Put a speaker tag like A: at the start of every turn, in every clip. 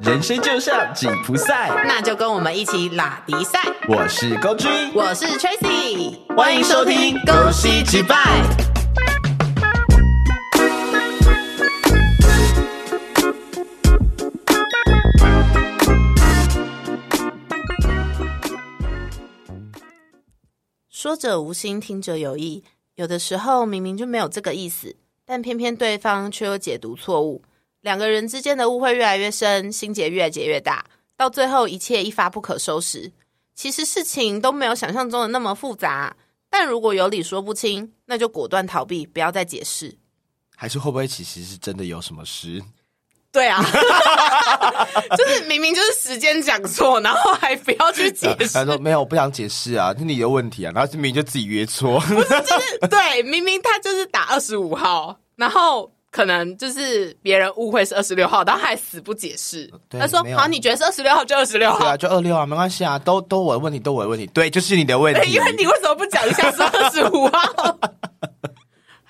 A: 人生就像紧箍赛，
B: 那就跟我们一起拉迪赛。
A: 我是高君，
B: 我是 Tracy，
A: 欢迎收听
B: 《
A: 恭喜击败》。
B: 说者无心，听者有意。有的时候明明就没有这个意思，但偏偏对方却又解读错误，两个人之间的误会越来越深，心结越结越大，到最后一切一发不可收拾。其实事情都没有想象中的那么复杂，但如果有理说不清，那就果断逃避，不要再解释。
A: 还是会不会其实是真的有什么事？
B: 对啊， 就是明明就是时间讲错，然后还不要去解释
A: 他，说没有，我不想解释啊，那你有问题啊，然后明明就自己约 错，
B: 就是 对，明明他就是打二十五号，然后可能就是别人误会是二十六号，然后还死不解释。
A: 对
B: 他说
A: 没：“有
B: 好，你觉得是二十六号就二十六
A: 对
B: 号
A: 啊，，就二六啊，没关系啊，都都我的问题，都我的问题，对，啊 就是你的问
B: 对，
A: 题，
B: 因为你为什么不讲一下是二十五 号？”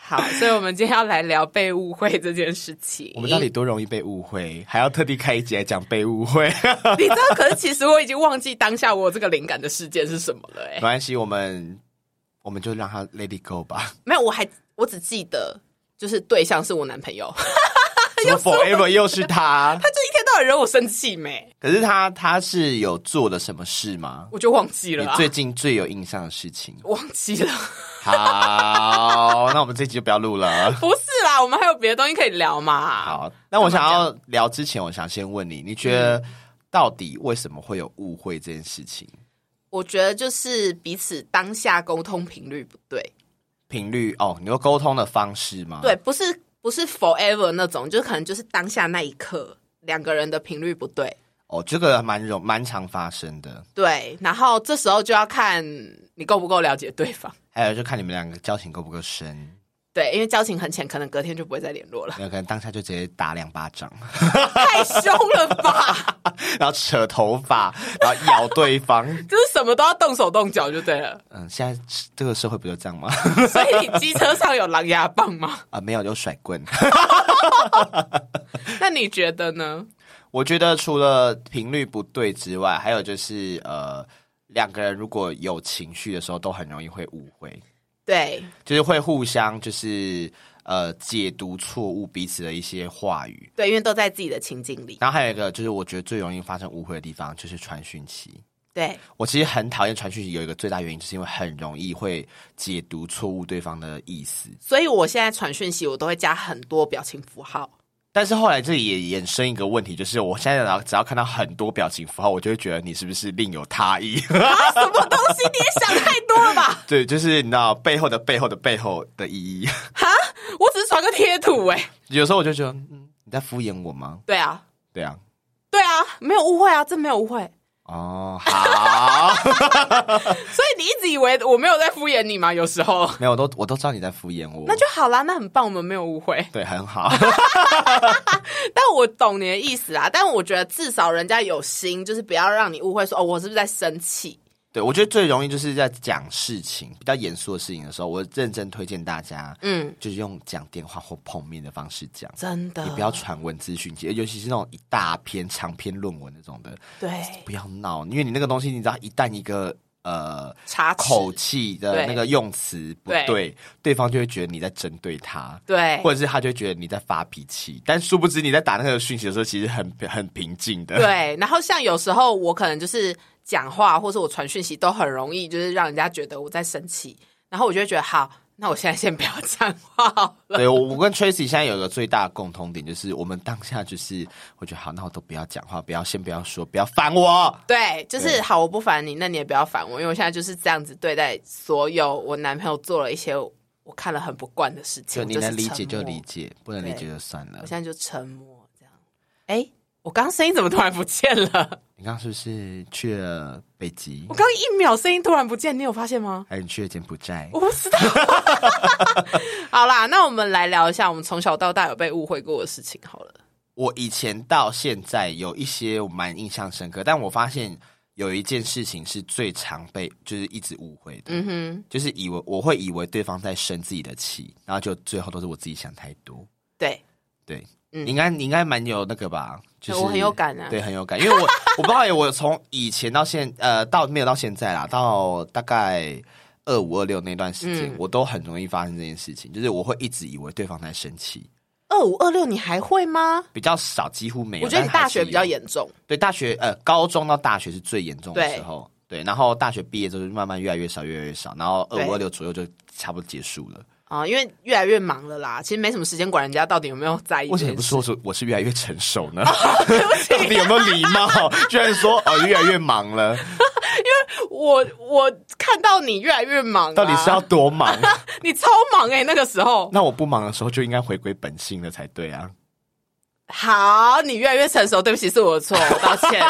B: 好，所以我们今天要来聊被误会这件事情。
A: 我们到底多容易被误会，还要特地开一集来讲被误 会。
B: 你知道？可是其实我已经忘记当下我有这个灵感的事件是什么了、欸。
A: 没关系，我们我们就让他 let it go 吧。
B: 没有，我还我只记得就是对象是我男朋友，
A: 怎么 forever 又是他？
B: 他就一天到晚惹我生气没，
A: 可是他他是有做了什么事吗？
B: 我就忘记
A: 你
B: 了、啊，。
A: 最近最有印象的事情
B: 忘记了。
A: 好，那我们这集就不要录了。
B: 不是啦，我们还有别的东西可以聊嘛。，嗯
A: 好，那我想要聊之前，我想先问你，你觉得到底为什么会有误会这件事情？
B: 我觉得就是彼此当下沟通频率不对，
A: 频率哦，你说沟通的方式吗？
B: 对，，不是不是 forever 那种，就可能就是当下那一刻两个人的频率不对，
A: 哦，这个蛮容蛮常发生的。
B: 对，然后这时候就要看你够不够了解对方，
A: 还有就看你们两个交情够不够深，
B: 对，因为交情很浅，可能隔天就不会再联 络了，
A: 有可能当下就直接打两巴掌，
B: 太凶了吧？
A: 然后扯头发，然后咬对方。
B: 就是什么都要动手动脚就对了。
A: 嗯，现在这个社会不就这样吗？
B: 所以你机车上有狼牙棒吗？
A: 啊，没有，就甩棍。
B: 那你觉得呢？
A: 我觉得除了频率不对之外，还有就是呃，两个人如果有情绪的时候，都很容易会误会，
B: 对，
A: 就是会互相就是呃解读错误彼此的一些话语。
B: 对，因为都在自己的情境里，
A: 然后还有一个就是，我觉得最容易发生误会的地方就是传讯息。
B: 对。
A: 我其实很讨厌传讯息，有一个最大原因就是因为很容易会解读错误对方的意思。
B: 所以我现在传讯息，我都会加很多表情符号。
A: 但是后来这也衍生一个问题，就是我现在只要只要看到很多表情符号，我就会觉得你是不是另有他意？
B: 啊，什么东西？你也想太多了吧？
A: 对，就是你知道背后的背后的背后的意义。
B: 我只是传个贴图、哎，
A: 有时候我就觉得，嗯，你在敷衍我吗？
B: 对啊，
A: 对啊，
B: 对啊，没有误会啊，真没有误会。
A: 哦，好，
B: 所以你一直以为我没有在敷衍你吗？有时候，
A: 没有，我都我都知道你在敷衍我，
B: 那就好啦，那很棒，我们没有误会。
A: 对，很好。
B: 但我懂你的意思啦，但我觉得至少人家有心，就是不要让你误会说哦，我是不是在生气？
A: 对，我觉得最容易就是在讲事情比较严肃的事情的时候，我认真推荐大家，
B: 嗯，
A: 就是用讲电话或碰面的方式讲。
B: 真的，
A: 你不要传文字讯息，尤其是那种一大篇长篇论文那种的，
B: 对
A: 不要闹，因为你那个东西，你知道，一旦一个呃
B: 插翅
A: 口气的那个用词不对，
B: 啊对
A: 对方就会觉得你在针对他，
B: 对
A: 或者是他就会觉得你在发脾气，但殊不知你在打那个讯息的时候，其实很很平静 的。
B: 对，然后像有时候我可能就是讲话或是我传讯息都很容易，就是让人家觉得我在生气，然后我就会觉得好，那我现在先不要讲话好 了。
A: 对，我我跟 Tracy 现在有一个最大的共同点，就是我们当下就是，我觉得好，那我都不要讲话，不要先不要说，不要烦我。
B: 对，就是
A: 对
B: 好，我不烦你，那你也不要烦我，因为我现在就是这样子对待所有我男朋友做了一些我看了很不惯的事情，
A: 就你
B: 我是
A: 能理解
B: 沉
A: 就
B: 默
A: 理，解，不能理解就算了
B: 我。现在就沉默这样。哎，我刚刚声音怎么突然不见了？
A: 你刚刚是不是去了北极
B: 我？刚刚一秒声音突然不见，你有发现吗？
A: 还是你去了柬埔寨？
B: 我不知道。 好啦，那我们来聊一下我们从小到大有被误会过的事情好了。
A: 我以前到现在有一些我蛮印象深刻，但我发现有一件事情是最常被就是一直误会的，
B: 嗯哼，
A: 就是以为我会以为对方在生自己的气，然后就最后都是我自己想太多。
B: 对，
A: 对，你应该你应该蛮有那个吧？就是
B: 嗯我很有感啊
A: 对，很有感，因为我我不知道耶，我从以前到现呃到没有到现在啦，到大概二五二六那段时间，
B: 嗯
A: 我都很容易发生这件事情，就是我会一直以为对方在生气，
B: 二五二六你还会吗？
A: 比较少，几乎没有。
B: 我觉得你
A: 但
B: 大
A: 还是
B: 学比较
A: 有
B: 严重，
A: 对，大学呃，高中到大学是最严重的
B: 对
A: 时候。对，然后大学毕业之后就慢慢越来越少，越来越少，然后二
B: 对
A: 五二六左右就差不多结束了。
B: 啊、因为越来越忙了啦，其实没什么时间管人家到底有没有在意
A: 为什
B: 这件
A: 么
B: 事。哦
A: 不说是我是越来越成熟 呢？ 到底有没有礼貌？居然说哦，越来越忙了，
B: 我我看到你越来越忙啦，
A: 到
B: 啊
A: 底是要多忙？
B: 你超忙哎、那个时候。
A: 那我不忙的时候就应该回归本性了才对啊！
B: 好，你越来越成熟，对不起，是我的错，我道 歉。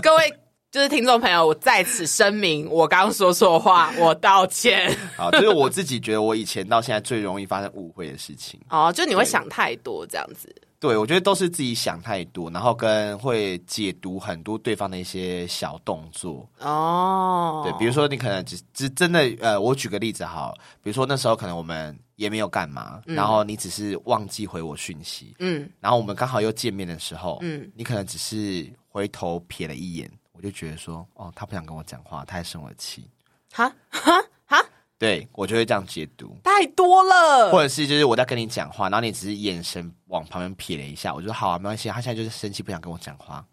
B: 各位就是听众朋友，我在此声明，我刚刚说错话，我道歉。
A: 好，这、是我自己觉得我以前到现在最容易发生误会的事情。
B: 哦，就你会想太多这样子。
A: 对，我觉得都是自己想太多，然后跟会解读很多对方的一些小动作。
B: 哦，
A: 对，比如说你可能只只真的呃，我举个例子好了，比如说那时候可能我们也没有干嘛，然后你只是忘记回我讯息，
B: 嗯，
A: 然后我们刚好又见面的时候，
B: 嗯
A: 嗯，你可能只是回头瞥了一眼，我就觉得说，哦，他不想跟我讲话，他在生我气，
B: 哈哈哈，
A: 对我就会这样解读。
B: 太多了。
A: 或者是就是我在跟你讲话，然后你只是眼神往旁边瞥了一下，我就说好啊，没关系啊，他现在就是生气，不想跟我讲话。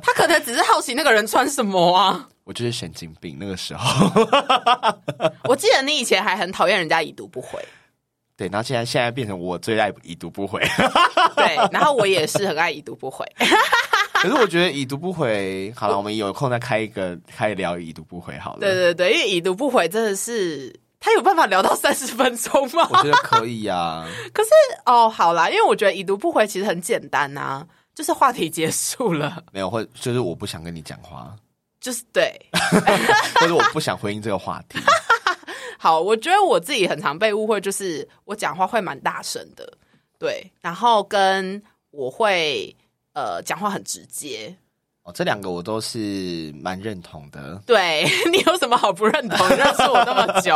B: 他可能只是好奇那个人穿什么 啊。
A: 我就是神经病，那个时候，
B: 我记得你以前还很讨厌人家已读 不回，
A: 对，然后现在现在变成我最爱已读不回，
B: 对，然后我也是很爱已读 不回。
A: 可是我觉得已读不回，好了，我们有空再开一个开聊已读不回好了。
B: 对对对，因为已读不回真的是。他有办法聊到三十分钟吗？
A: 我觉得可以啊，
B: 可是 哦，好啦，因为我觉得已读不回其实很简单呐、就是话题结束了，
A: 没有，或就是我不想跟你讲话，
B: 就是对。
A: 或者我不想回应这个话题。
B: 好，我觉得我自己很常被误会，就是我讲话会蛮大声的，对，然后跟我会呃讲话很直接。
A: 哦，这两个我都是蛮认同的。
B: 对 你有什么好不认同？你认识我那么久，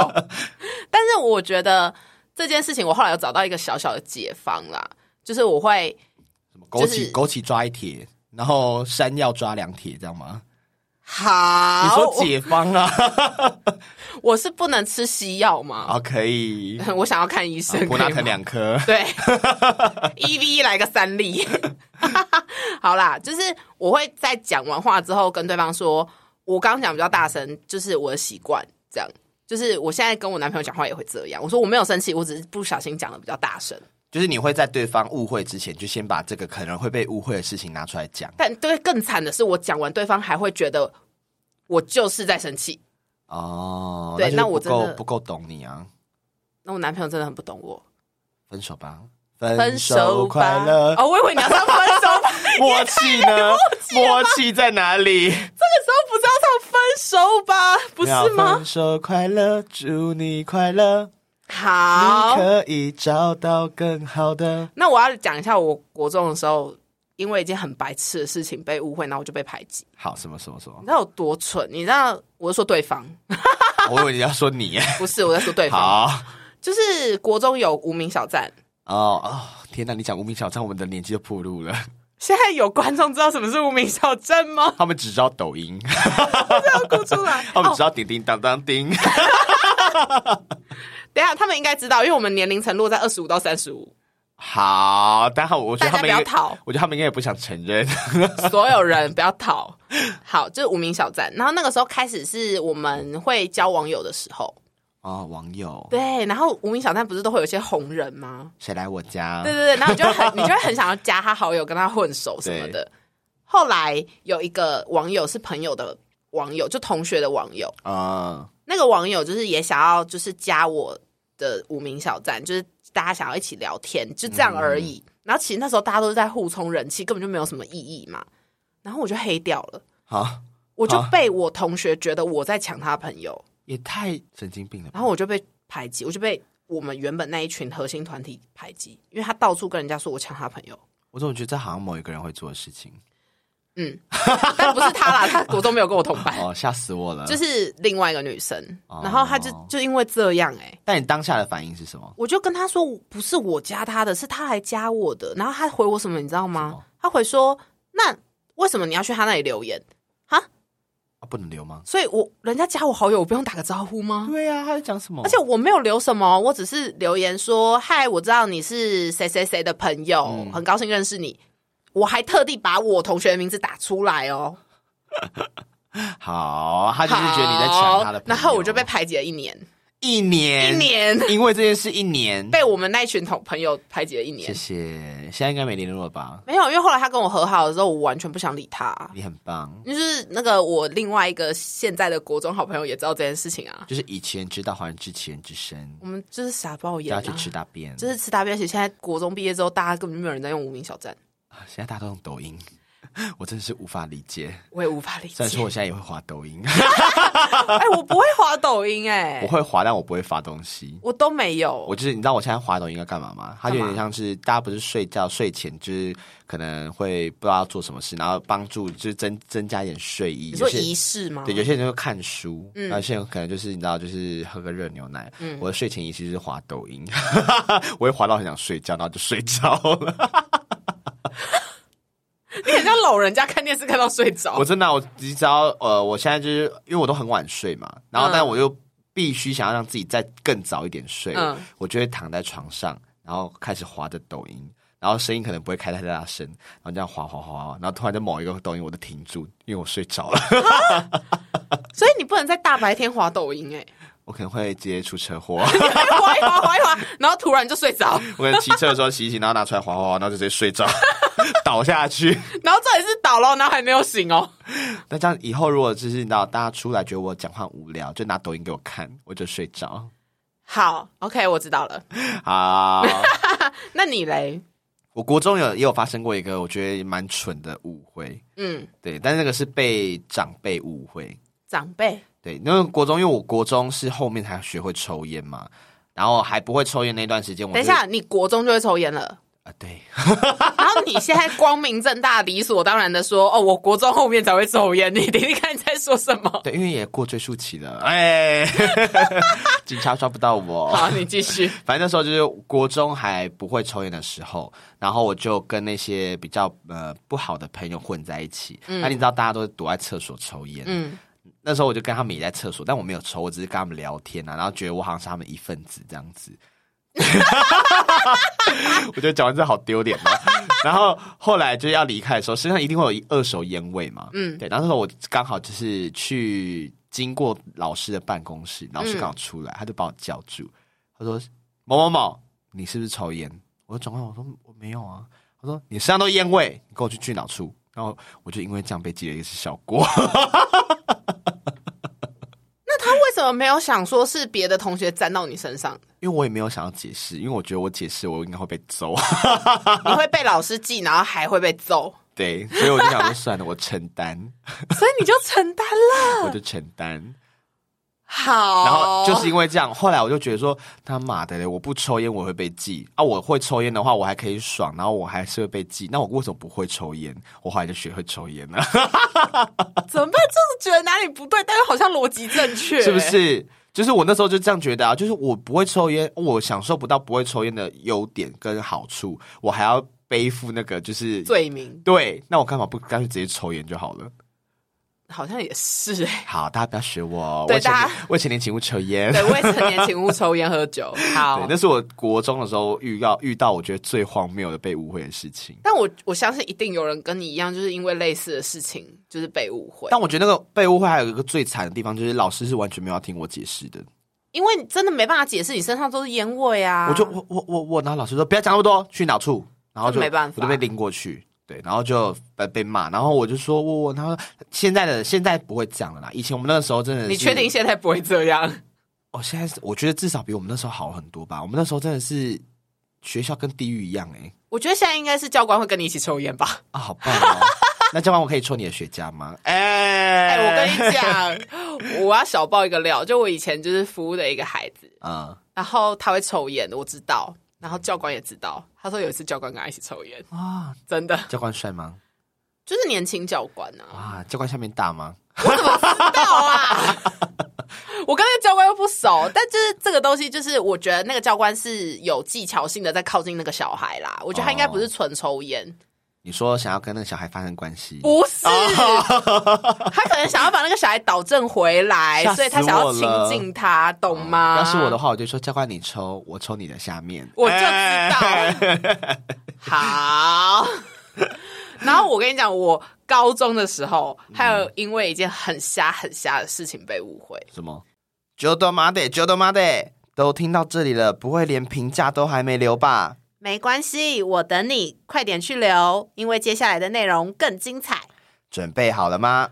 B: 但是我觉得这件事情，我后来有找到一个小小的解方啦，就是我会
A: 什么枸
B: 就是
A: 杞枸杞抓一铁，然后山药抓两铁，这样吗？
B: 好，
A: 你说解放 啊？
B: 我我是不能吃西药吗？
A: 好，哦可以。啊
B: 我想要看医生，
A: 嗯哦普拿
B: 可以吗
A: 疼两颗，
B: 对 ，E V 来个三粒， 好啦，就是我会在讲完话之后跟对方说，我刚刚讲比较大声，就是我的习惯，这样，就是我现在跟我男朋友讲话也会这样，我说我没有生气，我只是不小心讲的比较大声，
A: 就是你会在对方误会之前，就先把这个可能会被误会的事情拿出来讲。
B: 但对更惨的是，我讲完对方还会觉得我就是在生气，
A: 哦，
B: 对
A: 就是
B: 那我
A: 不够
B: 真的
A: 不够懂你啊。
B: 那我男朋友真的很不懂我，
A: 分手吧，
B: 分手吧
A: 快乐。
B: 哦，我以为你要唱分手吧，
A: 默契呢？默契在哪里？
B: 那时候不是要唱 分手吧，不是吗
A: 分？手快乐，祝你快乐，
B: 好，
A: 你可以找到更好的。
B: 那我要讲一下，我国中的时候，因为一件很白痴的事情被误会，然后我就被排挤。
A: 好，什么什么什么
B: 你？知道有多蠢？你知道，我是说对 方，
A: 我以为你要说你。
B: 不是我在说对方，
A: 好，
B: 就是国中有无名小站。
A: 哦哦，天哪！你讲无名小站，我们的年纪就暴露了。
B: 现在有观众知道什么是无名小站吗？
A: 他们只知道抖音，
B: 哭出来！
A: 哦
B: 哦
A: 他们只知道叮叮当当叮。
B: 等一下，他们应该知道，因为我们年龄层落在二十五到三十五，
A: 好，但好，我觉得他们
B: 大家
A: 应
B: 不
A: 该
B: 要逃
A: 我觉得他们应该也不想承认。
B: 所有人不要逃。好，就是无名小站。然后那个时候开始是我们会交网友的时候，
A: 哦，网友，
B: 对。然后无名小站不是都会有一些红人吗？
A: 谁来我家？
B: 对对对，然后你就 会很，你就会很想要加他好友，跟他混熟什么的。后来有一个网友是朋友的网友，就同学的网友，
A: 啊，
B: 那个网友就是也想要就是加我的无名小站，就是大家想要一起聊天，就这样
A: 嗯
B: 而已。然后其实那时候大家都是在互冲人气，根本就没有什么意义嘛。然后我就黑掉了，
A: 好，
B: 我就
A: 啊
B: 被我同学觉得我在抢他朋友，
A: 也太神经病了吧。
B: 然后我就被排挤，我就被我们原本那一群核心团体排挤，因为他到处跟人家说我抢他朋友。
A: 我总觉得这好像某一个人会做的事情。
B: 嗯，但不是他啦，他国中没有跟我同班，
A: 哦，吓死我了！
B: 就是另外一个女生。
A: 哦
B: 然后他就就因为这样、哎，
A: 但你当下的反应是什么？
B: 我就跟他说不是我加他的，是他来加我的。然后他回我什么，你知道
A: 什么
B: 吗？他回说：“那为什么你要去他那里留言？
A: 啊、不能留吗？
B: 所以我人家加我好友，我不用打个招呼吗？”
A: 对啊，他在讲什么？
B: 而且我没有留什么，我只是留言说：“嗨，我知道你是谁谁谁的朋友，
A: 嗯
B: 很高兴认识你。”我还特地把我同学的名字打出来哦，
A: 好，他就是觉得你在抢他的朋
B: 好
A: 友
B: 然后我就被排挤了一年，
A: 一
B: 一
A: 年，
B: 年
A: 因为这件事一年。
B: 被我们那一群同朋友排挤了一
A: 谢
B: 年。
A: 谢，现在应该没联络了吧？
B: 没有，因为后来他跟我和好的时候，我完全不想理他。
A: 你很棒，
B: 就是那个我另外一个现在的国中好朋友也知道这件事情啊，
A: 就是以前知道还知其人之深，
B: 我们就是傻爆
A: 就
B: 眼、
A: 要
B: 啊，
A: 去吃大便。
B: 嗯就是吃大便。而且现在国中毕业之后，大家根本就没有人在用无名小站，
A: 啊现在大家都用抖音， 我真的是无法理解。
B: 我也无法理解
A: 虽。然说我现在也会滑抖 音，
B: 哎、我不会滑抖音、哎，
A: 我会滑，但我不会发东西。
B: 我都没有
A: 我。就是你知道我现在滑抖音要干嘛吗？它就有
B: 干
A: 点
B: 嘛
A: 像是大家不是睡觉睡前就是可能会不知道要做什么事，然后帮助就是增增加一点睡意。
B: 你说
A: 有些
B: 仪式吗？嗯
A: 对，有些人就会看书，然后有些人可能就是你知道，就是喝个热牛奶。我的睡前仪式就是滑抖音， 我会滑到很想睡觉，然后就睡着了。
B: 你很像老人家看电视看到睡着
A: 我。真的啊、我只知道呃，我现在就是因为我都很晚睡嘛，然后
B: 嗯
A: 但我又必须想要让自己再更早一点睡，
B: 嗯
A: 我就会躺在床上，然后开始滑着抖音。然后声音可能不会开太大声，然后这样滑滑滑滑，然后突然在某一个抖音我就停住，因为我睡 着了，
B: 所以你不能在大白天滑抖音、
A: 我可能会直接出车祸。
B: 哎， 滑一滑，滑一滑，然后突然就睡 着。
A: 我可能骑车的时候骑一骑，然后拿出来滑滑滑，然后就直接睡着，倒下去。
B: 然后这里是倒了，然后还没有醒哦。
A: 那这样以后如果就是你知道大家出来觉得我讲话无聊，就拿抖音给我看，我就睡着。
B: 好，OK，我知道了。
A: 好，
B: 那你嘞？
A: 我国中有也有发生过一个我觉得蛮蠢的误会，
B: 嗯，
A: 对，但那个是被长辈误会。
B: 长辈，
A: 对，因为国中，因为我国中是后面才学会抽烟嘛，然后还不会抽烟那段时间，我
B: 等一
A: 就
B: 下，你国中就会抽烟了，
A: 啊，对，
B: 然后你现在光明正大、理所当然的说，哦，我国中后面才会抽烟。你听听看你在说什么？
A: 对，因为也过追溯期了，哎， 警察抓不到我。
B: 好，你继续。
A: 反正那时候就是国中还不会抽烟的时候，然后我就跟那些比较呃不好的朋友混在一起。那、你知道大家都是躲在厕所抽烟，
B: 嗯，
A: 那时候我就跟他们也在厕所，但我没有抽，我只是跟他们聊天啊，然后觉得我好像是他们一份子这样子。 我觉得讲完这好丢脸啊！然后后来就是要离开的时候，身上一定会有一二手烟味嘛。嗯，对。然后那时候我刚好就是去经过老师的办公室，老师刚好出来，他就把我叫住，他说：“某某某，你是不是抽烟？”我说：“总管，我说我没有啊。”他说：“你身上都烟味，你跟我去去脑处。”然后我就因为这样被记了一次小过。
B: 那他为什么没有想说是别的同学沾到你身上？
A: 因为我也没有想要解释，因为我觉得我解释我应该会被揍，
B: 你会被老师记，然后还会被揍，
A: 对，所以我就想说算了，我承担，
B: 所以你就承担了。
A: 我就承担。
B: 好，
A: 然后就是因为这样，后来我就觉得说他妈的嘞，我不抽烟我会被记啊，我会抽烟的话我还可以爽，然后我还是会被记，那我为什么不会抽烟？我后来就学会抽烟了，
B: 怎么办？就是觉得哪里不对，但又好像逻辑正确，
A: 是不？是？就是我那时候就这样觉得啊，就是我不会抽烟，我享受不到不会抽烟的优点跟好处，我还要背负那个就是
B: 罪名
A: 对，那我干嘛不干脆直接抽烟就好了？
B: 好像也是 哎、
A: 好，大家不要学我。
B: 对
A: 未成
B: 大
A: 年
B: 家
A: 未成年请勿抽烟。
B: 对，未成年请勿抽烟喝 酒。好
A: 对，，那是我国中的时候遇到遇到我觉得最荒谬的被误会的事情。
B: 但我我相信一定有人跟你一样，就是因为类似的事情，就是被误会。
A: 但我觉得那个被误会还有一个最惨的地方，就是老师是完全没有要听我解释的。
B: 因为你真的没办法解释，你身上都是烟味啊！
A: 我就我我我我，然后老师说不要讲那么多，去哪处？然后就
B: 这没办法
A: 我就被拎过去。对，然后就被被骂，然后我就说，我我，然后现在的现在不会这样了啦。以前我们那个时候真的是，
B: 你确定现在不会这样？
A: 哦，现在是我觉得至少比我们那时候好很多吧。我们那时候真的是学校跟地狱一样哎、
B: 我觉得现在应该是教官会跟你一起抽烟吧。
A: 啊，好棒哦！ 那教官，我可以抽你的雪茄吗？哎、
B: 哎、我跟你 讲，我要小爆一个料，就我以前就是服务的一个孩子，
A: 啊、
B: 然后他会抽烟，我知道，然后教官也知道。他说有一次教官跟他一起抽烟，
A: 啊，
B: 真的
A: 教官帅吗？
B: 就是你年轻教官啊，
A: 啊，教官下面大吗？
B: 我怎么知道啊？ 我跟那个教官又不熟，但就是这个东西，就是我觉得那个教官是有技巧性的在靠近那个小孩啦。我觉得他应该
A: 哦
B: 不是纯抽烟，
A: 你说想要跟那个小孩发生关系？
B: 不 是，他可能想要把那个小孩导正回来，
A: 吓死
B: 所以他想要
A: 我
B: 亲
A: 了
B: 近他，懂吗？
A: 要是我的，话，我就说教官你抽，我抽你的下面。
B: 我就知道。好，然后我跟你讲，我高中的时候还有因为一件很瞎很瞎的事情被误会。
A: 什么？九斗马得，九斗马得，都听到这里了，不会连评价都还没留吧？
B: 没关系，我等你，快点去留，因为接下来的内容更精彩。
A: 准备好了吗？。。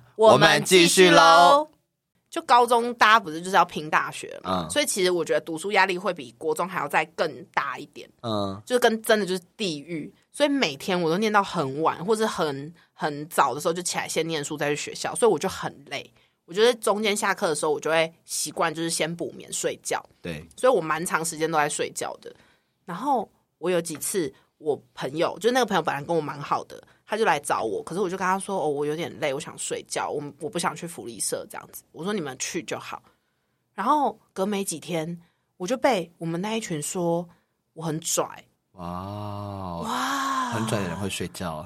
B: 就高中大家不是就是要拼大学嘛，
A: 嗯
B: 所以其实我觉得读书压力会比国中还要再更大一点，
A: 嗯，
B: 就是跟真的就是地狱。所以每天我都念到很晚，或者很很早的时候就起来先念书，再去学校，所以我就很累。我觉得中间下课的时候，我就会习惯就是先补眠睡觉。
A: 对，
B: 所以我蛮长时间都在睡觉的。然后我有几次，我朋友就那个朋友本来跟我蛮好的，他就来找我，可是我就跟他说：“哦，我有点累，我想睡觉，我我不想去福利社这样子。”我说：“你们去就好。”然后隔没几天，我就被我们那一群说我很拽，
A: 哇哦，很拽的人会睡觉，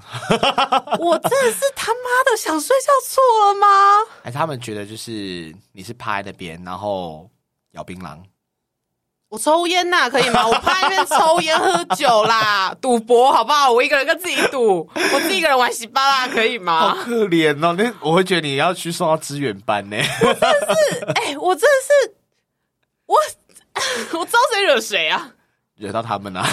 B: 我真的是他妈的想睡觉错了吗？
A: 还哎是他们觉得就是你是趴在那边，然后咬槟榔？
B: 我抽烟呐、可以 吗？我趴在那边抽烟喝酒啦， 赌博好不好？我一个人跟自己 赌，我自己一个人玩洗巴啦，可以吗？
A: 可怜哦，那我会觉得你要去送到支援班呢。
B: 哎、我真的是我， 我知道谁惹谁啊！
A: 惹到他们啊！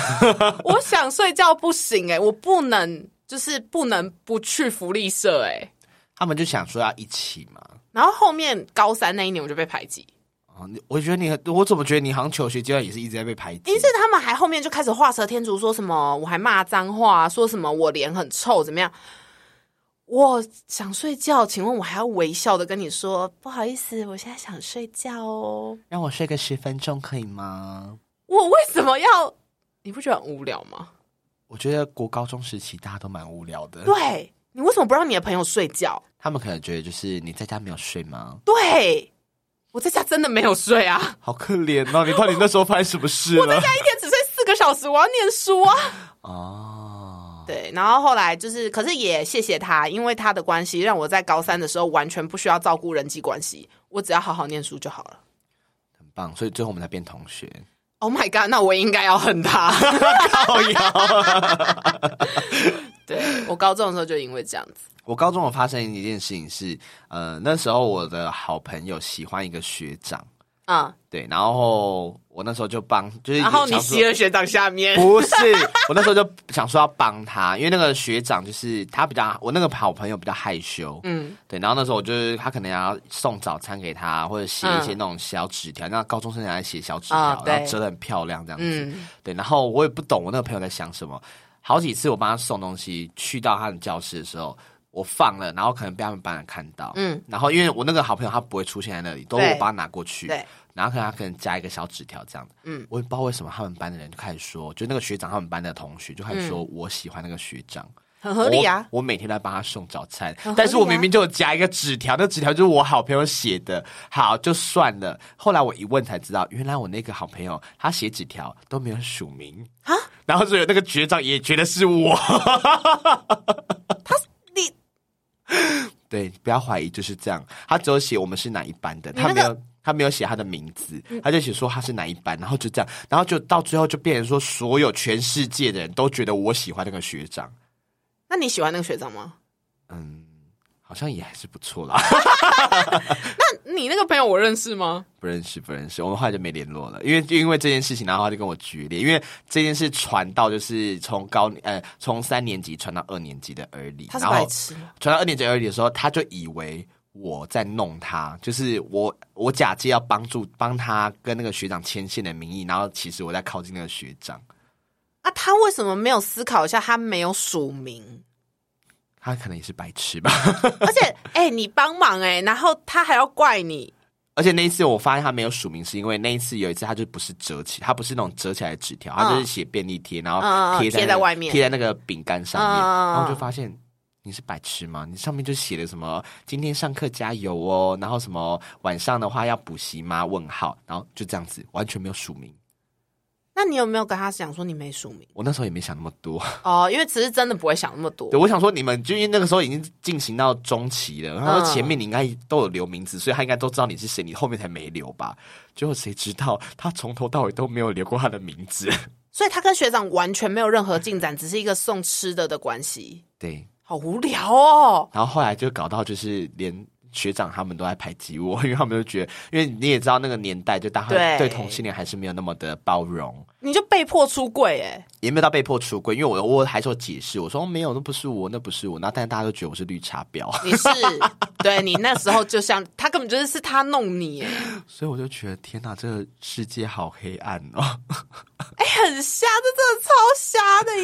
B: 我想睡觉不行哎、我不能就是不能不去福利社哎、
A: 他们就想说要一起嘛。
B: 然后后面高三那一年我就被排挤，
A: 哦，你我觉得你，我怎么觉得你好像求学阶段也是一直在被排挤
B: 因？此他们还后面就开始画蛇添足，说什么我还骂脏话，说什么我脸很臭怎么样。我想睡觉，请问我还要微笑的跟你说不好意思，我现在想睡觉哦。
A: 让我睡个十分钟可以吗？
B: 我为什么要？你不觉得很无聊吗？
A: 我觉得国高中时期大家都蛮无聊的，
B: 对你为什么不让你的朋友睡觉？
A: 他们可能觉得就是你在家没有睡吗？
B: 对我在家真的没有睡 啊，
A: 好可怜哦！你到底那时候发生什么事啊 了？
B: 他一天只睡四个小时，我要念书啊。
A: 哦，
B: 对，然后后来就是，可是也谢谢他，因为他的关系，让我在高三的时候完全不需要照顾人际关系，我只要好好念书就好了。
A: 很棒，所以最后我们才变同 学。
B: Oh my god！那我应该要恨他。哦
A: 靠腰
B: 对 我高中的时候就因为这样子，
A: 我高中有发生一件事情是，呃，那时候我的好朋友喜欢一个学长，
B: 嗯，
A: 对，然后我那时候就帮，就是
B: 然后你
A: 想说
B: 吸了学长下面，
A: 不是，我那时候就想说要帮他，因为那个学长就是他比较，我那个好朋友比较害羞，
B: 嗯，
A: 对，然后那时候我就是他可能要送早餐给他，或者写一些那种小纸条，那高中生还写小纸条，
B: 啊对
A: 然后折的很漂亮这样子，
B: 嗯
A: 对，然后我也不懂我那个朋友在想什么，好几次我帮他送东西，去到他的教室的时候。我放了，然后可能被他们班人看到，
B: 嗯
A: 嗯，然后因为我那个好朋友他不会出现在那里，都是
B: 对
A: 我帮他拿过去，
B: 对，
A: 然后可能他可能加一个小纸条这样的，
B: 嗯
A: 嗯，我也不知道为什么他们班的人就开始说，就那个学长他们班的同学就开始说我喜欢那个学长，
B: 很嗯合理啊。
A: 我。我每天都在帮他送早餐，
B: 合理啊
A: 但是我明明就有夹一个纸条，那纸条就是我好朋友写的，好就算了。后来我一问才知道，原来我那个好朋友他写纸条都没有署名
B: 啊，
A: 然后所以那个学长也觉得是我，
B: 你你
A: 对，不要怀疑，就是这样。他只有写我们是哪一班的，
B: 那
A: 他
B: 个嗯
A: 没有。他没有写他的名字，他就写说他是哪一班，然后就这样，然后就到最后就变成说，所有全世界的人都觉得我喜欢那个学长，
B: 那你喜欢那个学长吗？
A: 嗯，好像也还是不错啦。
B: 你那个朋友我认识吗？
A: 不认识，不认识，我们后来就没联络了，因为因为这件事情，然后他就跟我决裂，因为这件事传到就是从高呃从三年级传到二年级的耳里，
B: 他是
A: 然后
B: 白痴吗？
A: 传到二年级耳里的时候，他就以为我在弄他，就是我我假借要帮助帮他跟那个学长牵线的名义，然后其实我在靠近那个学长，
B: 啊，他为什么没有思考一下？他没有署名，
A: 他可能也是白痴吧。
B: 而且哎、你帮忙哎、然后他还要怪你，
A: 而且那一次我发现他没有署名，是因为那一次有一次他就不是折起，他不是那种折起来的纸条，他就是写便利贴，然
B: 嗯嗯嗯
A: 后贴
B: 贴在
A: 那个
B: 外面
A: 贴在那个饼干上面，
B: 嗯嗯嗯
A: 然后我就发现你是白痴吗？你上面就写了什么今天上课加油哦，然后什么晚上的话要补习吗？问号，然后就这样子，完全没有署名。
B: 那你有没有跟他讲说你没署名？
A: 我那时候也没想那么多，
B: 哦，因为其实真的不会想那么多
A: 对，。我想说你们就因为那个时候已经进行到中期了，然后
B: 嗯
A: 前面你应该都有留名字，所以他应该都知道你是谁，你后面才没留吧？结果谁知道他从头到尾都没有留过他的名字。
B: 所以他跟学长完全没有任何进展，只是一个送吃的的关系，
A: 对，
B: 好无聊哦。
A: 然后后来就搞到就是连学长他们都在排挤我，因为他们都觉得，因为你也知道那个年代，就大
B: 对
A: 家对同性恋还是没有那么的包容。
B: 你就被迫出柜哎、
A: 也没有到被迫出轨，因为我我还是有解释，我说、哦没有，那不是我，那不是我，那但大家都觉得我是绿茶婊，
B: 你是对你那时候就像他根本就是是他弄你哎、
A: 所以我就觉得天哪，这个世界好黑暗哦！
B: 哎很瞎，这真的超瞎的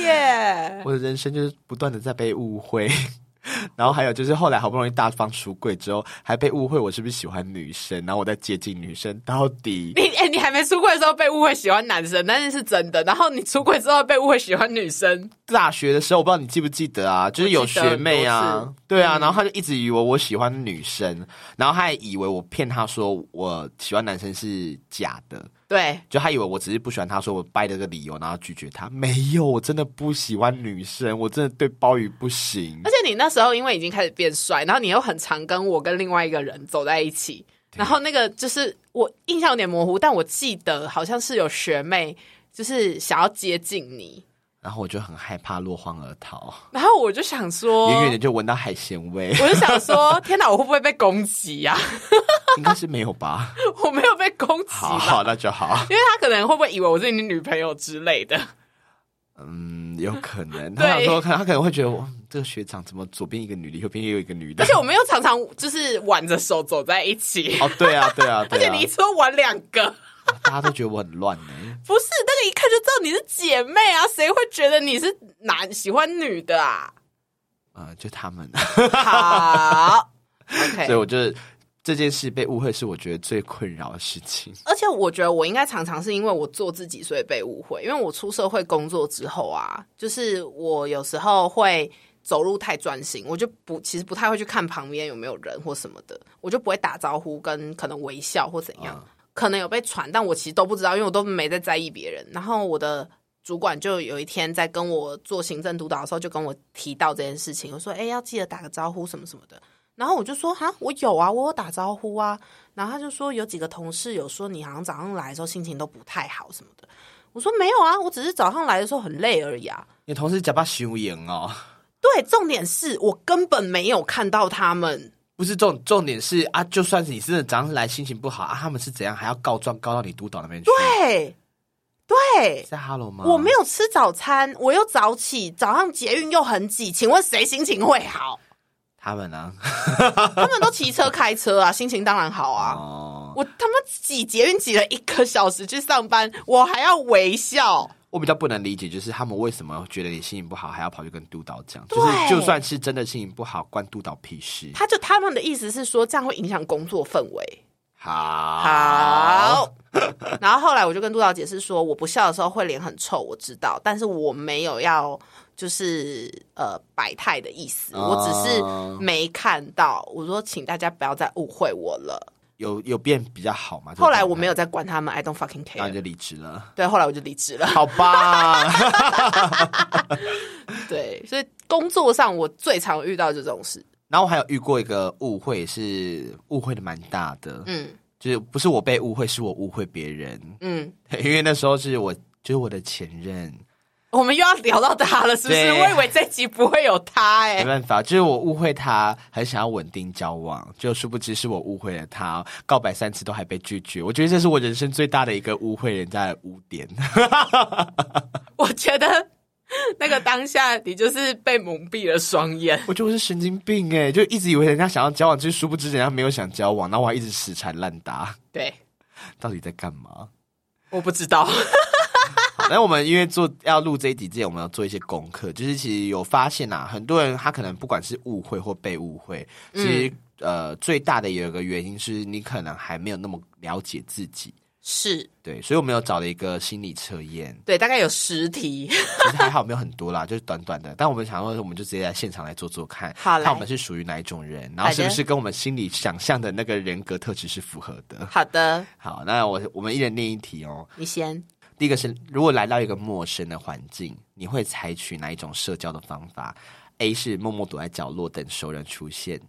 B: 耶！
A: 我的人生就是不断的在被误会， 然后还有就是后来好不容易大方出柜之后，还被误会我是不是喜欢女生，然后我在接近女生，到底
B: 你哎、你还没出柜的时候被误会喜欢男生，那是真的。然后你出柜之后被误会喜欢女生，
A: 大学的时候，我不知道你记不记得啊，就是有学妹
B: 我记得很多
A: 啊，对啊，然后她就一直以为我喜欢女生，然后她还以为我骗她说我喜欢男生是假的，
B: 对，
A: 就她以为我只是不喜欢她，说我掰了个理由，然后拒绝她。没有，我真的不喜欢女生，我真的对鲍鱼不行
B: 而。且你那时候因为已经开始变帅，然后你又很常跟我跟另外一个人走在一起，然后那个就是我印象有点模糊，但我记得好像是有学妹就是想要接近你，
A: 然后我就很害怕落荒而逃，
B: 然后我就想说，，
A: 远远的就闻到海鲜味
B: 我就想说，天哪，我会不会被攻击呀、
A: 应该是没有吧？
B: 我没有被攻击
A: 好
B: 吧？
A: 好，那就好。
B: 因为他可能会不会以为我是你女朋友之类的？
A: 嗯，有可能。
B: 对
A: 他想说，他可能会觉得我嗯这个学长怎么左边一个女的，右边又有一个女的
B: 而且。我们又常常就是挽着手走在一起，
A: 哦，对啊，对啊，
B: 而
A: 对
B: 且
A: 啊
B: 你一次会挽两个，
A: 大家都觉得我很乱呢。
B: 不是那个一看就知道你是姐妹啊，谁会觉得你是男喜欢女的 啊？
A: 呃，就他 们，
B: 好
A: 所以
B: ，OK。
A: 我就这件事被误会是我觉得最困扰的事情。
B: 而且我觉得我应该常常是因为我做自己，所以被误会。因为我出社会工作之后啊，就是我有时候会走路太专心，我就不其实不太会去看旁边有没有人或什么的，我就不会打招呼跟可能微笑或怎样。可能有被传，但我其实都不知道，因为我都没在在意别人。然后我的主管就有一天在跟我做行政督导的时候，就跟我提到这件事情，我说：“哎、要记得打个招呼什么什么的。”然后我就说：“哈，我有啊，我有打招呼啊。”然后他就说：“有几个同事有说你好像早上来的时候心情都不太好什么的。”我说：“没有啊，我只是早上来的时候很累而已啊。”
A: 你同事假扮修颜哦，
B: 对，重点是我根本没有看到他们。
A: 不是重重点是啊，就算是你真的早上来心情不好啊，他们是怎样还要告状告到你督导那边去？
B: 对，对，
A: 在 Hello 吗？
B: 我没有吃早餐，我又早起，早上捷运又很挤，请问谁心情会好？
A: 他们啊，
B: 他们都骑车开车啊，心情当然好 啊。
A: 哦，
B: 我他妈挤捷运挤了一个小时去上班，我还要微笑。
A: 我比较不能理解，就是他们为什么觉得你心情不好，还要跑去跟督导讲？
B: 对
A: 就是就算是真的心情不好，关督导屁事。
B: 他就他们的意思是说，这样会影响工作氛围。
A: 好，
B: 好， 然后后来我就跟督导解释说，我不笑的时候会脸很臭，我知道，但是我没有要就是呃摆态的意思，我只是
A: 哦
B: 没看到。我说，请大家不要再误会我了。
A: 有有变比较好吗？
B: 后来我没
A: 有，
B: 有再管他们，I don't fucking
A: 然后你
B: care。
A: 就离职了。
B: 对，后来我就离职 了。
A: 好吧，
B: 对，所以工作上我最常遇到这种事。
A: 然后我还有遇过一个误会，是误会的蛮大的，
B: 嗯
A: 就是不是我被误会，是我误会别人，
B: 嗯，
A: 因为那时候是我就是我的前任，
B: 我们又要聊到他了，是不是？
A: 对
B: 我以为这集不会有他哎、
A: 没办法，就是我误会他，很想要稳定交往，就殊不知是我误会了他，告白三次都还被拒绝，我觉得这是我人生最大的一个误会人家的污点。
B: 我觉得那个当下你就是被蒙蔽了双眼。
A: 我觉得我是神经病哎，就一直以为人家想要交往，其实殊不知人家没有想交往，然后我还一直死缠烂打，
B: 对，
A: 到底在干嘛？
B: 我不知道。
A: 那我们因为做要录这一集之前，我们要做一些功课，就是其实有发现啊，很多人他可能不管是误会或被误会，其实、呃最大的有一个原因是你可能还没有那么了解自己，
B: 是
A: 对，所以我们有找了一个心理测验，
B: 对，大概有十 题，
A: 其实还好没有很多啦，就是短短的。但我们想说，我们就直接在现场来做做看，
B: 好来
A: 看我们是属于哪一种人，然后是不是跟我们心里想象的那个人格特质是符合的。
B: 好的，
A: 好，那我我们一人念一题哦。
B: 你先。
A: 第一个是，如果来到一个陌生的环境，你会采取哪一种社交的方法？A 是默默躲在角落等熟人出现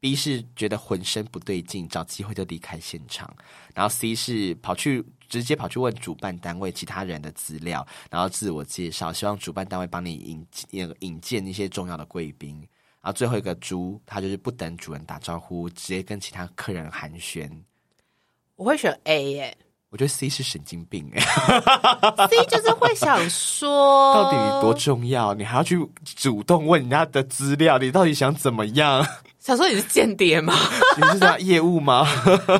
A: ，B 是觉得浑身不对劲，找机会就离开现场，然后 C 是跑去直接跑去问主办单位其他人的资料，然后自我介绍，希望主办单位帮你引引引荐一些重要的贵宾。然后最后一个猪，它就是不等主人打招呼，直接跟其他客人寒暄。
B: 我会选 A 耶、
A: 我觉得 C 是神经病哎、
B: c 就是会想 说，
A: 到底多重要？你还要去主动问人家的资料，你到底想怎么样？
B: 想说你是间谍 吗？
A: 你是他业务吗？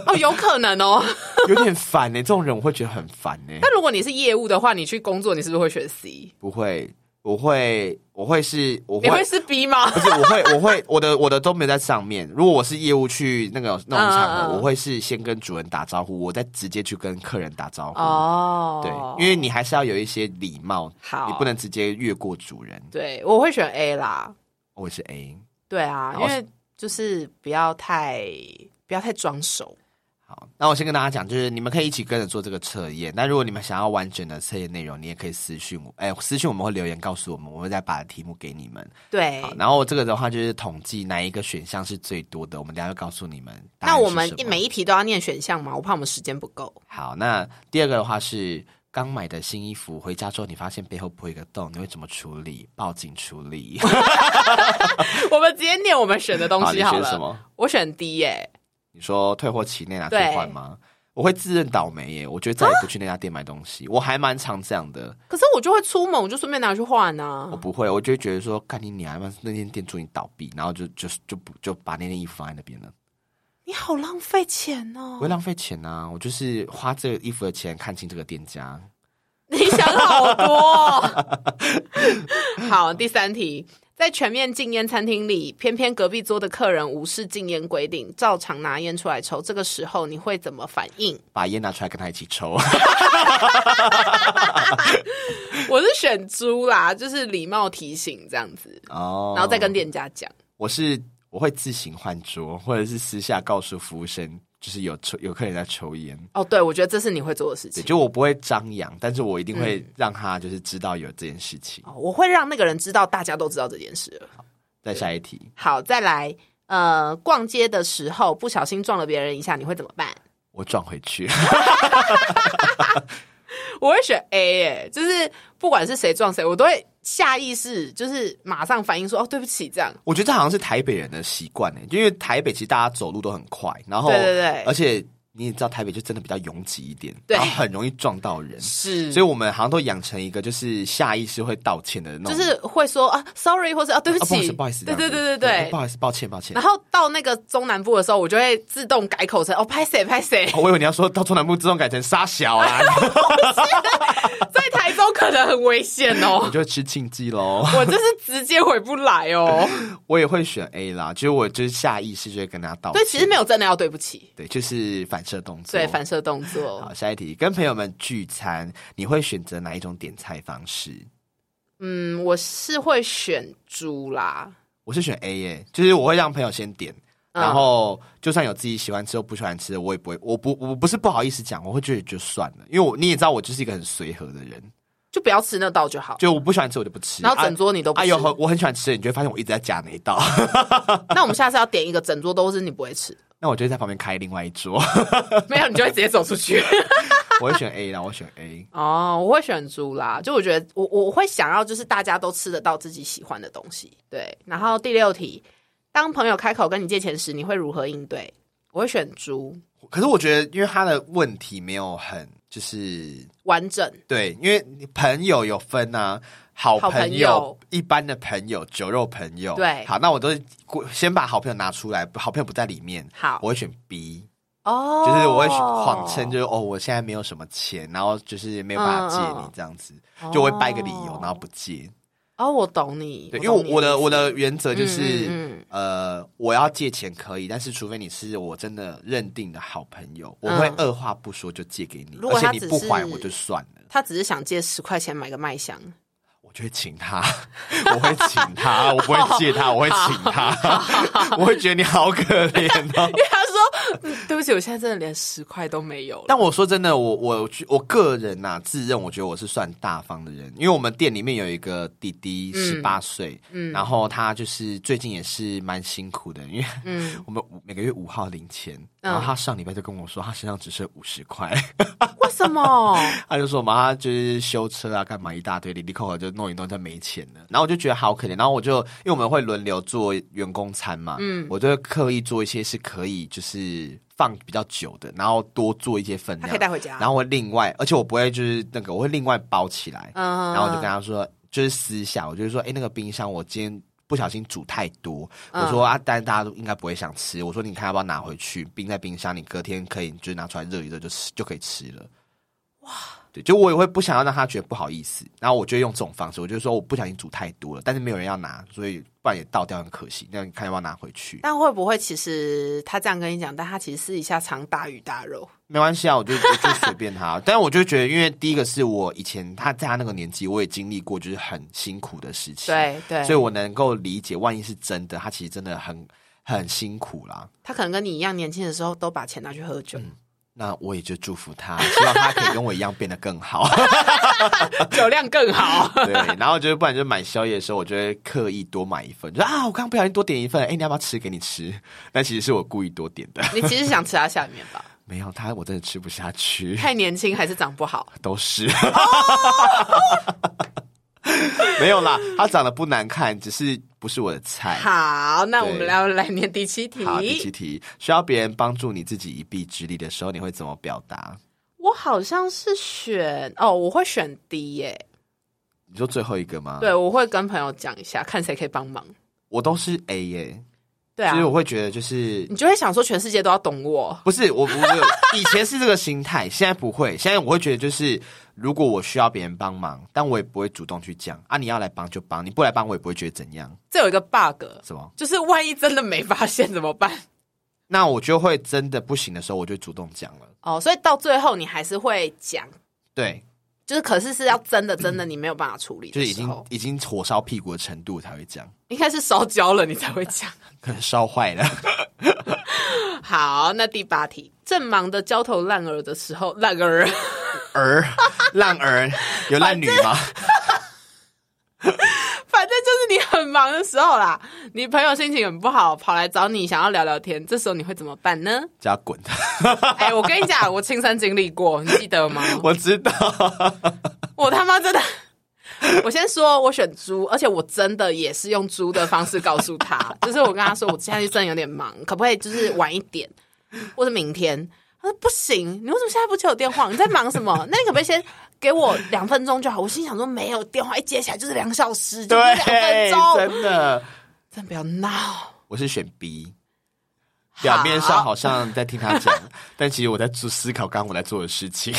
B: 哦，有可能哦。
A: 有点烦欸呢、这种人我会觉得很烦呢、
B: 那如果你是业务的话，你去工作，你是不是会选 C？
A: 不会，我会，我会是，我
B: 你
A: 会
B: 会是 B 吗？
A: 不是，我会，我会，我的我的都没有在上面。如果我是业务去那个那种场
B: 嗯嗯
A: 合，
B: 嗯
A: 我会是先跟主人打招呼，我再直接去跟客人打招呼。
B: 哦，
A: 对，因为你还是要有一些礼貌，
B: 好
A: 你不能直接越过主人。
B: 对我会选 A 啦。
A: 我是 A，
B: 对啊，
A: 然
B: 因
A: 后
B: 为就是不要太不要太装熟。
A: 好，那我先跟大家讲，就是你们可以一起跟着做这个测验。那如果你们想要完整的测验内容，你也可以私信我，哎、私信我们会留言告诉我们，我会再把题目给你们。
B: 对，
A: 好，然后这个的话就是统计哪一个选项是最多的，我们等一下就告诉你们答
B: 那
A: 案是什么。
B: 我们一每一题都要念选项吗？我怕我们时间不 够。
A: 好，那第二个的话是刚买的新衣服，回家之后你发现背后破一个洞，你会怎么处理？报警处理。
B: 我们直接念我们选的东
A: 好，你
B: 西好
A: 选
B: 了。
A: 什么？
B: 我选 D 耶、
A: 你说退货期内拿
B: 对
A: 退换吗？我会自认倒霉耶，我觉得再也不去那家店买东西。我还蛮常这样的。
B: 可是我就会出门，我就顺便拿去换啊
A: 我。不会，我就会觉得说，干你娘！那那间店祝你倒闭，然后就就就不就把那件衣服放在那边
B: 哦
A: 了，
B: 你好浪费钱
A: 不
B: 哦！
A: 会浪费钱啊！我就是花这个衣服的钱看清这个店家。
B: 你想好多 哦、好，第三题，在全面禁烟餐厅里，偏偏隔壁桌的客人无视禁烟规定，照常拿烟出来抽，这个时候你会怎么反 应？
A: 把烟拿出来跟他一起 抽，
B: 我是选猪啦，就是礼貌提醒这样子，
A: 哦，
B: 然后再跟店家讲。
A: 我是我会自行换桌，或者是私下告诉服务生，就是有抽有客人在抽烟，
B: 哦，对，我觉得这是你会做的事
A: 对，
B: 情。
A: 就我不会张扬，但是我一定
B: 嗯
A: 会让他就是知道有这件事情。
B: 哦，我会让那个人知道，大家都知道这件事了。
A: 再下一题，
B: 好，再来，呃，逛街的时候不小心撞了别人一下，你会怎么办？
A: 我撞回去，
B: 我会选 A 耶、就是不管是谁撞谁，我都会下意识就是马上反应说哦对不起这样。
A: 我觉得这好像是台北人的习惯呢，就因为台北其实大家走路都很快，然后
B: 对对对
A: 而且你也知道台北就真的比较拥挤一点，
B: 对
A: 然后很容易撞到人，
B: 是
A: 所以我们好像都养成一个就是下意识会道歉的那种，
B: 就是会说啊 sorry 或是啊对
A: 啊
B: 不
A: 不好意
B: 起，
A: 思不好意思，
B: 对对
A: 这样
B: 对对
A: 子
B: 对
A: 不。好意思抱歉抱歉
B: 然。后到那个中南部的时候，我就会自动改口成哦拍谁拍 谁，
A: 哦我以为你要说到中南部自动改成沙小 啊，
B: 在台中可能很危险
A: 我
B: 哦。
A: 就会吃庆记喽。
B: 我就是直接回不来哦。
A: 我也会选 A 啦，就是我就是下意识就会跟他道歉。
B: 对，其实没有真的要对不起，
A: 对，就是反射动作。
B: 对反射动作
A: 好，，下一题，跟朋友们聚餐，你会选择哪一种点菜方式？
B: 嗯，我是会选猪啦。
A: 我是选 A 耶、就是我会让朋友先点，
B: 嗯
A: 然后就算有自己喜欢吃或不喜欢吃的，我也不会，我不我不是不好意思讲，我会觉得就算了，因为我你也知道我就是一个很随和的人，
B: 就不要吃那道就好。
A: 就我不喜欢吃我就不吃，
B: 然后整桌你都不
A: 啊，
B: 吃，
A: 有 很我很喜欢吃的，你就会发现我一直在夹那一道，
B: 那我们下次要点一个整桌都是你不会吃，
A: 那我就会在旁边开另外一桌，
B: 没有你就会直接走出去。
A: 我会选 A 啦，我选 A。
B: 哦，我会选猪啦，就我觉得我我会想要就是大家都吃得到自己喜欢的东西。对，然后第六题，当朋友开口跟你借钱时，你会如何应对？我会选猪，
A: 可是我觉得，因为他的问题没有很就是
B: 完整。
A: 对，因为你朋友有分啊，好
B: 好
A: 朋
B: 朋友
A: 一般的朋友、酒肉朋友。
B: 对
A: 好，那我都是先把好朋友拿出来，好朋友不在里面，
B: 好
A: 我会选 B，
B: 哦，
A: 就是我会谎称，就是哦，我现在没有什么钱，然后就是没有办法借
B: 嗯嗯
A: 你这样子，就我会掰个理由
B: 哦，
A: 然后不借。
B: 哦，我懂你。
A: 对，因为
B: 懂
A: 我
B: 你
A: 我的
B: 意思
A: 我的原则就是，
B: 嗯
A: 呃，我要借钱可以，但是除非你是我真的认定的好朋友，我会二话不说就借给你，
B: 嗯如果
A: 而且
B: 他
A: 你
B: 只
A: 不还
B: 是
A: 我就算了。
B: 他只是想借十块钱买个麦香。
A: 我就会请他， 我会请他，我不会借他，我会请他，我会觉得你好可怜哦。
B: 他说嗯：“ 对不起，我现在真的连十块都没有了。
A: 但我说真的，我我我个人呐、自认我觉得我是算大方的人，因为我们店里面有一个弟弟，十八岁，然后他就是最近也是蛮辛苦的，因为
B: 嗯
A: 我们五每个月五号零钱，然后他上礼拜就跟我说他身上只剩五十块，
B: 为什 么？
A: 他就说嘛，他就是修车啊，干嘛一大堆，里里扣扣就弄一弄就没钱了。然后我就觉得好可怜，然后我就因为我们会轮流做员工餐嘛，嗯，我就会刻意做一些是可以就是放比较久的，然后多做一些分
B: 他
A: 量
B: 可以，带回家。
A: 然后我另外，而且我不会就是那个，我会另外包起来，
B: 嗯
A: 然后我就跟他说，就是私下，我就说，哎、那个冰箱我今天。不小心煮太多，
B: 嗯
A: 我说啊，但大家都应该不会想吃。我说你看要不要拿回去冰在冰箱，你隔天可以就是拿出来热一热就吃就可以吃了。哇，对，就我也会不想要让他觉得不好意思，然后我就用这种方式，我就说我不小心煮太多了，但是没有人要拿，所以不然也倒掉很可惜。那你看要不要拿回去？
B: 但会不会其实他这样跟你讲，但他其实私底下藏大鱼大肉？
A: 没关系啊，我就我就随便他。 但是我就觉得，因为第一个是我以前他在他那个年纪，我也经历过就是很辛苦的事情，，
B: 对对，
A: 所以我能够理解，万一是真的，他其实真的很很辛苦啦。
B: 他可能跟你一样，年轻的时候都把钱拿去喝酒，
A: 那我也就祝福他，希望他可以跟我一样变得更好。
B: 酒量更好。
A: 对，然后就是不然就是买宵夜的时候，我就会刻意多买一份，就说啊，我刚刚不小心多点一份，哎、你要不要吃？给你吃。但其实是我故意多点的，
B: 你其实想吃他下面吧？
A: 没有他，我真的吃不下去。
B: 太年轻还是长不好？
A: 都是。 没有啦，他长得不难看，只是不是我的菜。
B: 好，那
A: 对
B: 我们来来念第七题。
A: 好，第七题，需要别人帮助你自己一臂之力的时候，你会怎么表达？
B: 我好像是选哦，我会选 D 耶、
A: 你说最后一个吗？，
B: 对，我会跟朋友讲一下，看谁可以帮忙。
A: 我都是 A 耶、
B: 对啊
A: 所以，我会觉得就是
B: 你就会想说全世界都要懂我。
A: 不是我我我 以前是这个心态，现在不会，现在我会觉得就是如果我需要别人帮忙，但我也不会主动去讲啊，你要来帮就帮，你不来帮我也不会觉得怎样，
B: 这有一个 bug，
A: 什么？
B: 就是万一真的没发现怎么办？
A: 那我就会真的不行的时候，我就主动讲了。
B: 哦，所以到最后你还是会讲，
A: 对，
B: 就是可是是要真的真的你没有办法处理
A: 就
B: 的
A: 是已
B: 时
A: 经
B: 候，
A: 已经火烧屁股的程度才会这样，
B: 应该是烧焦了你才会 讲。
A: 可能烧坏了。
B: 好，那第八题，正忙的焦头烂额的时候，烂额
A: 儿烂儿有烂女吗？
B: 反正就是你很忙的时候啦，你朋友心情很不好，跑来找你想要聊聊天，这时候你会怎么办 呢？
A: 叫她滚！
B: 哎、我跟你讲，我亲身经历过，你记得吗？
A: 我知道，
B: 我他妈真的，我先说，我选猪，而且我真的也是用猪的方式告诉他，就是我跟他说，我现在就真的有点忙，可不可以就是晚一点，或者明天？他说不行，你为什么现在不接我电话？你在忙什么？那你可不可以先给我两分钟就好？我心想说，没有电话一接起来就是两小时，就是两分
A: 对，
B: 钟，
A: 真的，
B: 真不要闹。
A: 我是选 B。表面上好像在听他讲，但其实我在做思考刚刚我在做的事情。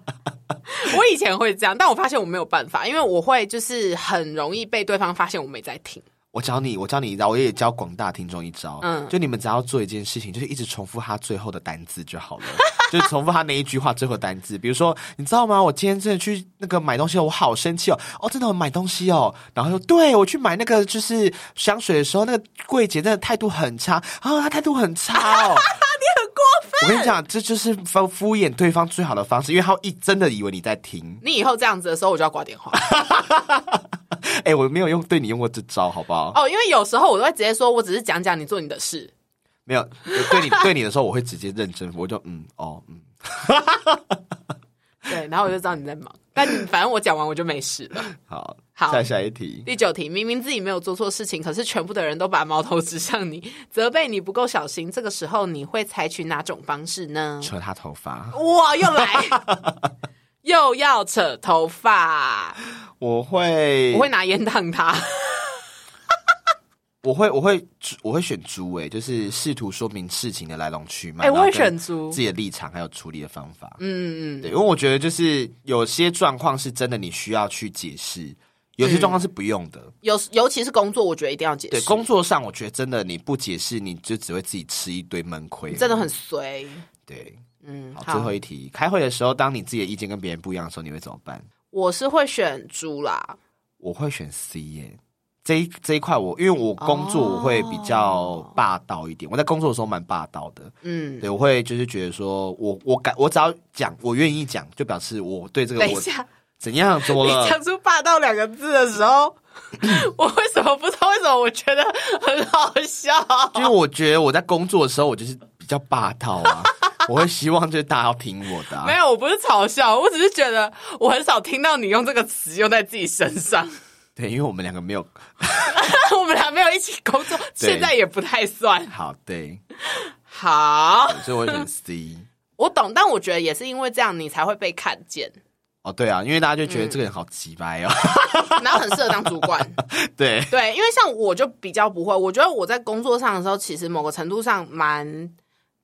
B: 我以前会这样，但我发现我没有办法，因为我会就是很容易被对方发现我没在听。
A: 我教你，我教你一招，我也教广大听众一招。
B: 嗯
A: 就你们只要做一件事情，就是一直重复他最后的单字就好了， 就是重复他那一句话最后的单字。比如说，你知道吗？我今天真的去那个买东西，我好生气哦！哦，真的我买东西哦。然后他说，对我去买那个就是香水的时候，那个柜姐真的态度很差啊，她态度很差哦。你很过分！我跟你讲，这就是敷敷衍对方最好的方式，因为他一真的以为你在听。
B: 你以后这样子的时候，我就要挂电话。
A: 哎、我没有用对你用过这招，好不好？
B: 哦，因为有时候我都会直接说，我只是讲讲，你做你的 事。
A: 没有我对你对你的时候，我会直接认真，我就嗯哦嗯，
B: 对，然后我就知道你在忙，但你反正我讲完我就没事了。
A: 好，
B: 好
A: 再下一题，
B: 第九题，明明自己没有做错事情，可是全部的人都把矛头指向你，责备你不够小心。这个时候你会采取哪种方式呢？
A: 扯他头发，
B: 哇，又来，又要扯头发，
A: 我会
B: 我会拿烟烫他。
A: 我会我会我会选猪诶、就是试图说明事情的来龙去脉，
B: 哎、
A: 然
B: 我
A: 后
B: 会
A: 跟
B: 选猪
A: 自。己的立场还有处理的方法，
B: 嗯嗯，
A: 对，因为我觉得就是有些状况是真的你需要去解释。有
B: 嗯
A: 些状况是不用的。
B: 尤尤其是工作，我觉得一定要解释。
A: 对，工作上我觉得真的你不解释，你就只会自己吃一堆闷亏。
B: 真的很衰。
A: 对，
B: 嗯，
A: 好，最后一题，开会的时候，当你自己的意见跟别人不一样的时候，你会怎么办？
B: 我是会选猪啦。
A: 我会选 C 耶、这一这一块我因为我工作我会比较霸道一点，我在工作的时候蛮霸道的。
B: 嗯，
A: 对，我会就是觉得说我我敢，我只要讲，我愿意讲，就表示我对这个
B: 等一
A: 我
B: 下，
A: 怎样怎么
B: 你
A: 了？
B: 讲出“霸道”两个字的 时候，我为什么不知道为什么我觉得很好笑？
A: 就是我觉得我在工作的时候，我就是比较霸道 啊，我会希望就是大家要听我的、
B: 没
A: 啊。
B: 有，我不是嘲笑，我只是觉得我很少听到你用这个词用在自己身上。
A: 对，因为我们两个没有
B: 我们俩没有一起工作，
A: 对
B: 现在也不太算
A: 好，对，
B: 好。
A: 所以我会选 C。
B: 我懂，但我觉得也是因为这样，你才会被看见，
A: 哦，对啊，因为大家就觉得这
B: 嗯
A: 个人好急掰哦。
B: 然后很适合当主管。
A: 对，
B: 对，因为像我就比较不会，我觉得我在工作上的时候，其实某个程度上蛮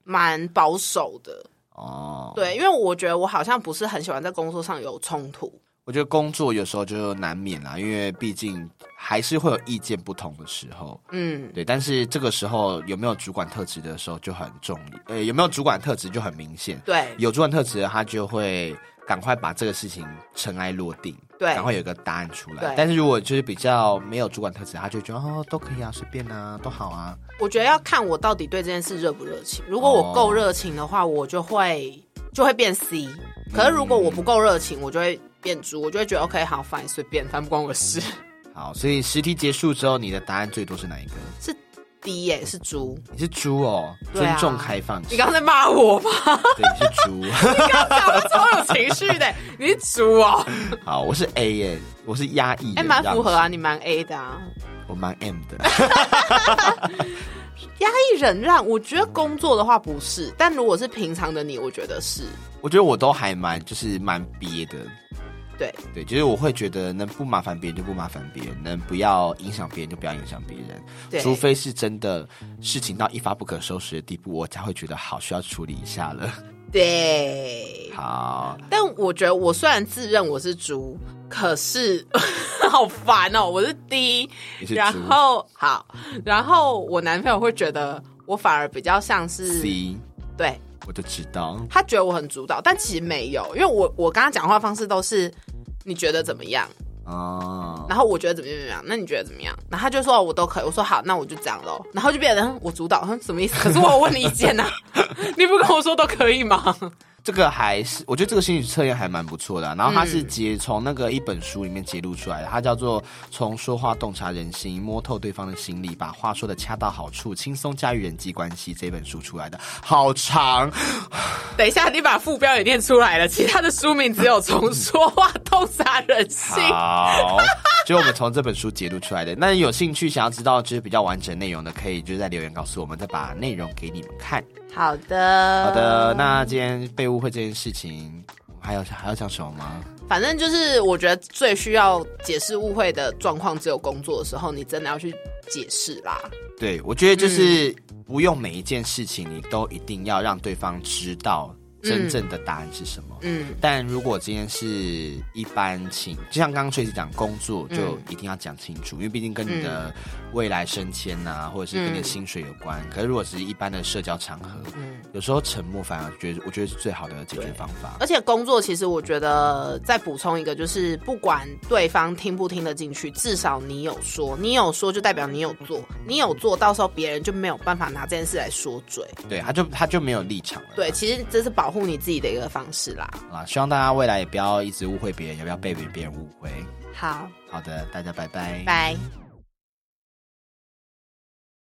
B: 蛮保守的。
A: 哦，，
B: 对，因为我觉得我好像不是很喜欢在工作上有冲突。
A: 我觉得工作有时候就难免啦，因为毕竟还是会有意见不同的时候。
B: 嗯，
A: 对，但是这个时候有没有主管特质的时候就很重，呃，有没有主管特质就很明显。
B: 对
A: 有主管特质的，他就会赶快把这个事情尘埃落定，
B: 对
A: 赶快有一个答案出来
B: 对。
A: 但是如果就是比较没有主管特质，他就觉得哦都可以啊，随便啊，都好啊。
B: 我觉得要看我到底对这件事热不热情。如果我
A: 哦
B: 够热情的话，我就会就会变 C。可是如果
A: 嗯
B: 我不够热情，我就会变猪，我就会觉得 OK，好，fine，随便，反正不关我的事。
A: 好，所以实题结束之后，你的答案最多是哪一个？
B: 是 D 耶、是猪。
A: 你是猪哦，
B: 对啊
A: 尊重开放式，
B: 你刚刚在骂我 吗？
A: 对，你是猪。
B: 讲的超有情绪的，你是猪哦。
A: 好，我是 A 耶，我是压抑，
B: 哎、蛮符合啊，，你蛮 A 的啊。
A: 我蛮 M 的。
B: 压抑忍让，我觉得工作的话不是，但如果是平常的你，我觉得是
A: 我觉得我都还蛮就是蛮憋的，
B: 对。
A: 对，就是我会觉得能不麻烦别人就不麻烦别人，能不要影响别人就不要影响别
B: 对
A: 人，除非是真的事情到一发不可收拾的地步，我才会觉得好需要处理一下了。
B: 对，
A: 好，
B: 但我觉得我虽然自认我是猪，可是 好烦哦，我是 D，
A: 你是
B: 然
A: 猪
B: 后好，然后我男朋友会觉得我反而比较像是
A: ，C
B: 对
A: 我就知道，
B: 他觉得我很主导，但其实没有，因为我我跟他讲话方式都是你觉得怎么样，
A: 哦，
B: 然后我觉得怎么样怎么样，那你觉得怎么样？然后他就说哦我都可以，我说好，那我就这样咯。然后就变成我主导，哼什么意思？可是我有问你意见呐、啊 你不跟我说都可以吗？
A: 这个还是我觉得这个心理测验还蛮不错的啊、然后它是截从那个一本书里面揭露出来的，它叫做《从说话洞察人心，摸透对方的心理，把话说的恰到好处，轻松驾驭人际关系》这本书出来的，好长，
B: 等一下，你把副标也念出来了，其他的书名只有从说话洞察人心。
A: 好，就是我们从这本书解读出来的。那有兴趣想要知道就是比较完整内容的，可以就是在留言告诉我们，再把内容给你们看。
B: 好的，
A: 好的，那今天被误会这件事情，还有还要讲什么吗？
B: 反正就是我觉得最需要解释误会的状况，只有工作的时候，你真的要去解释啦。
A: 对，我觉得就是不用每一件事情你都一定要让对方知道真正的答案是什么。
B: 嗯，
A: 但如果今天是一般情，就像刚刚崔姐讲，工作就一定要讲清楚，因为毕竟跟你的未来升迁呐、或者是跟你的薪水有关。可是如果只是一般的社交场合，有时候沉默反而觉得，我觉得是最好的解决方法。
B: 而且工作其实我觉得再补充一个，就是不管对方听不听得进去，至少你有说，你有说就代表你有做，你有做，到时候别人就没有办法拿这件事来说嘴。
A: 对，他就他就没有立场了。
B: 对，其实这是保护你自己的一个方式啦。
A: 啊，希望大家未来也不要一直误会别人，也不要被别人误会。
B: 好，
A: 好的，大家拜拜。
B: 拜。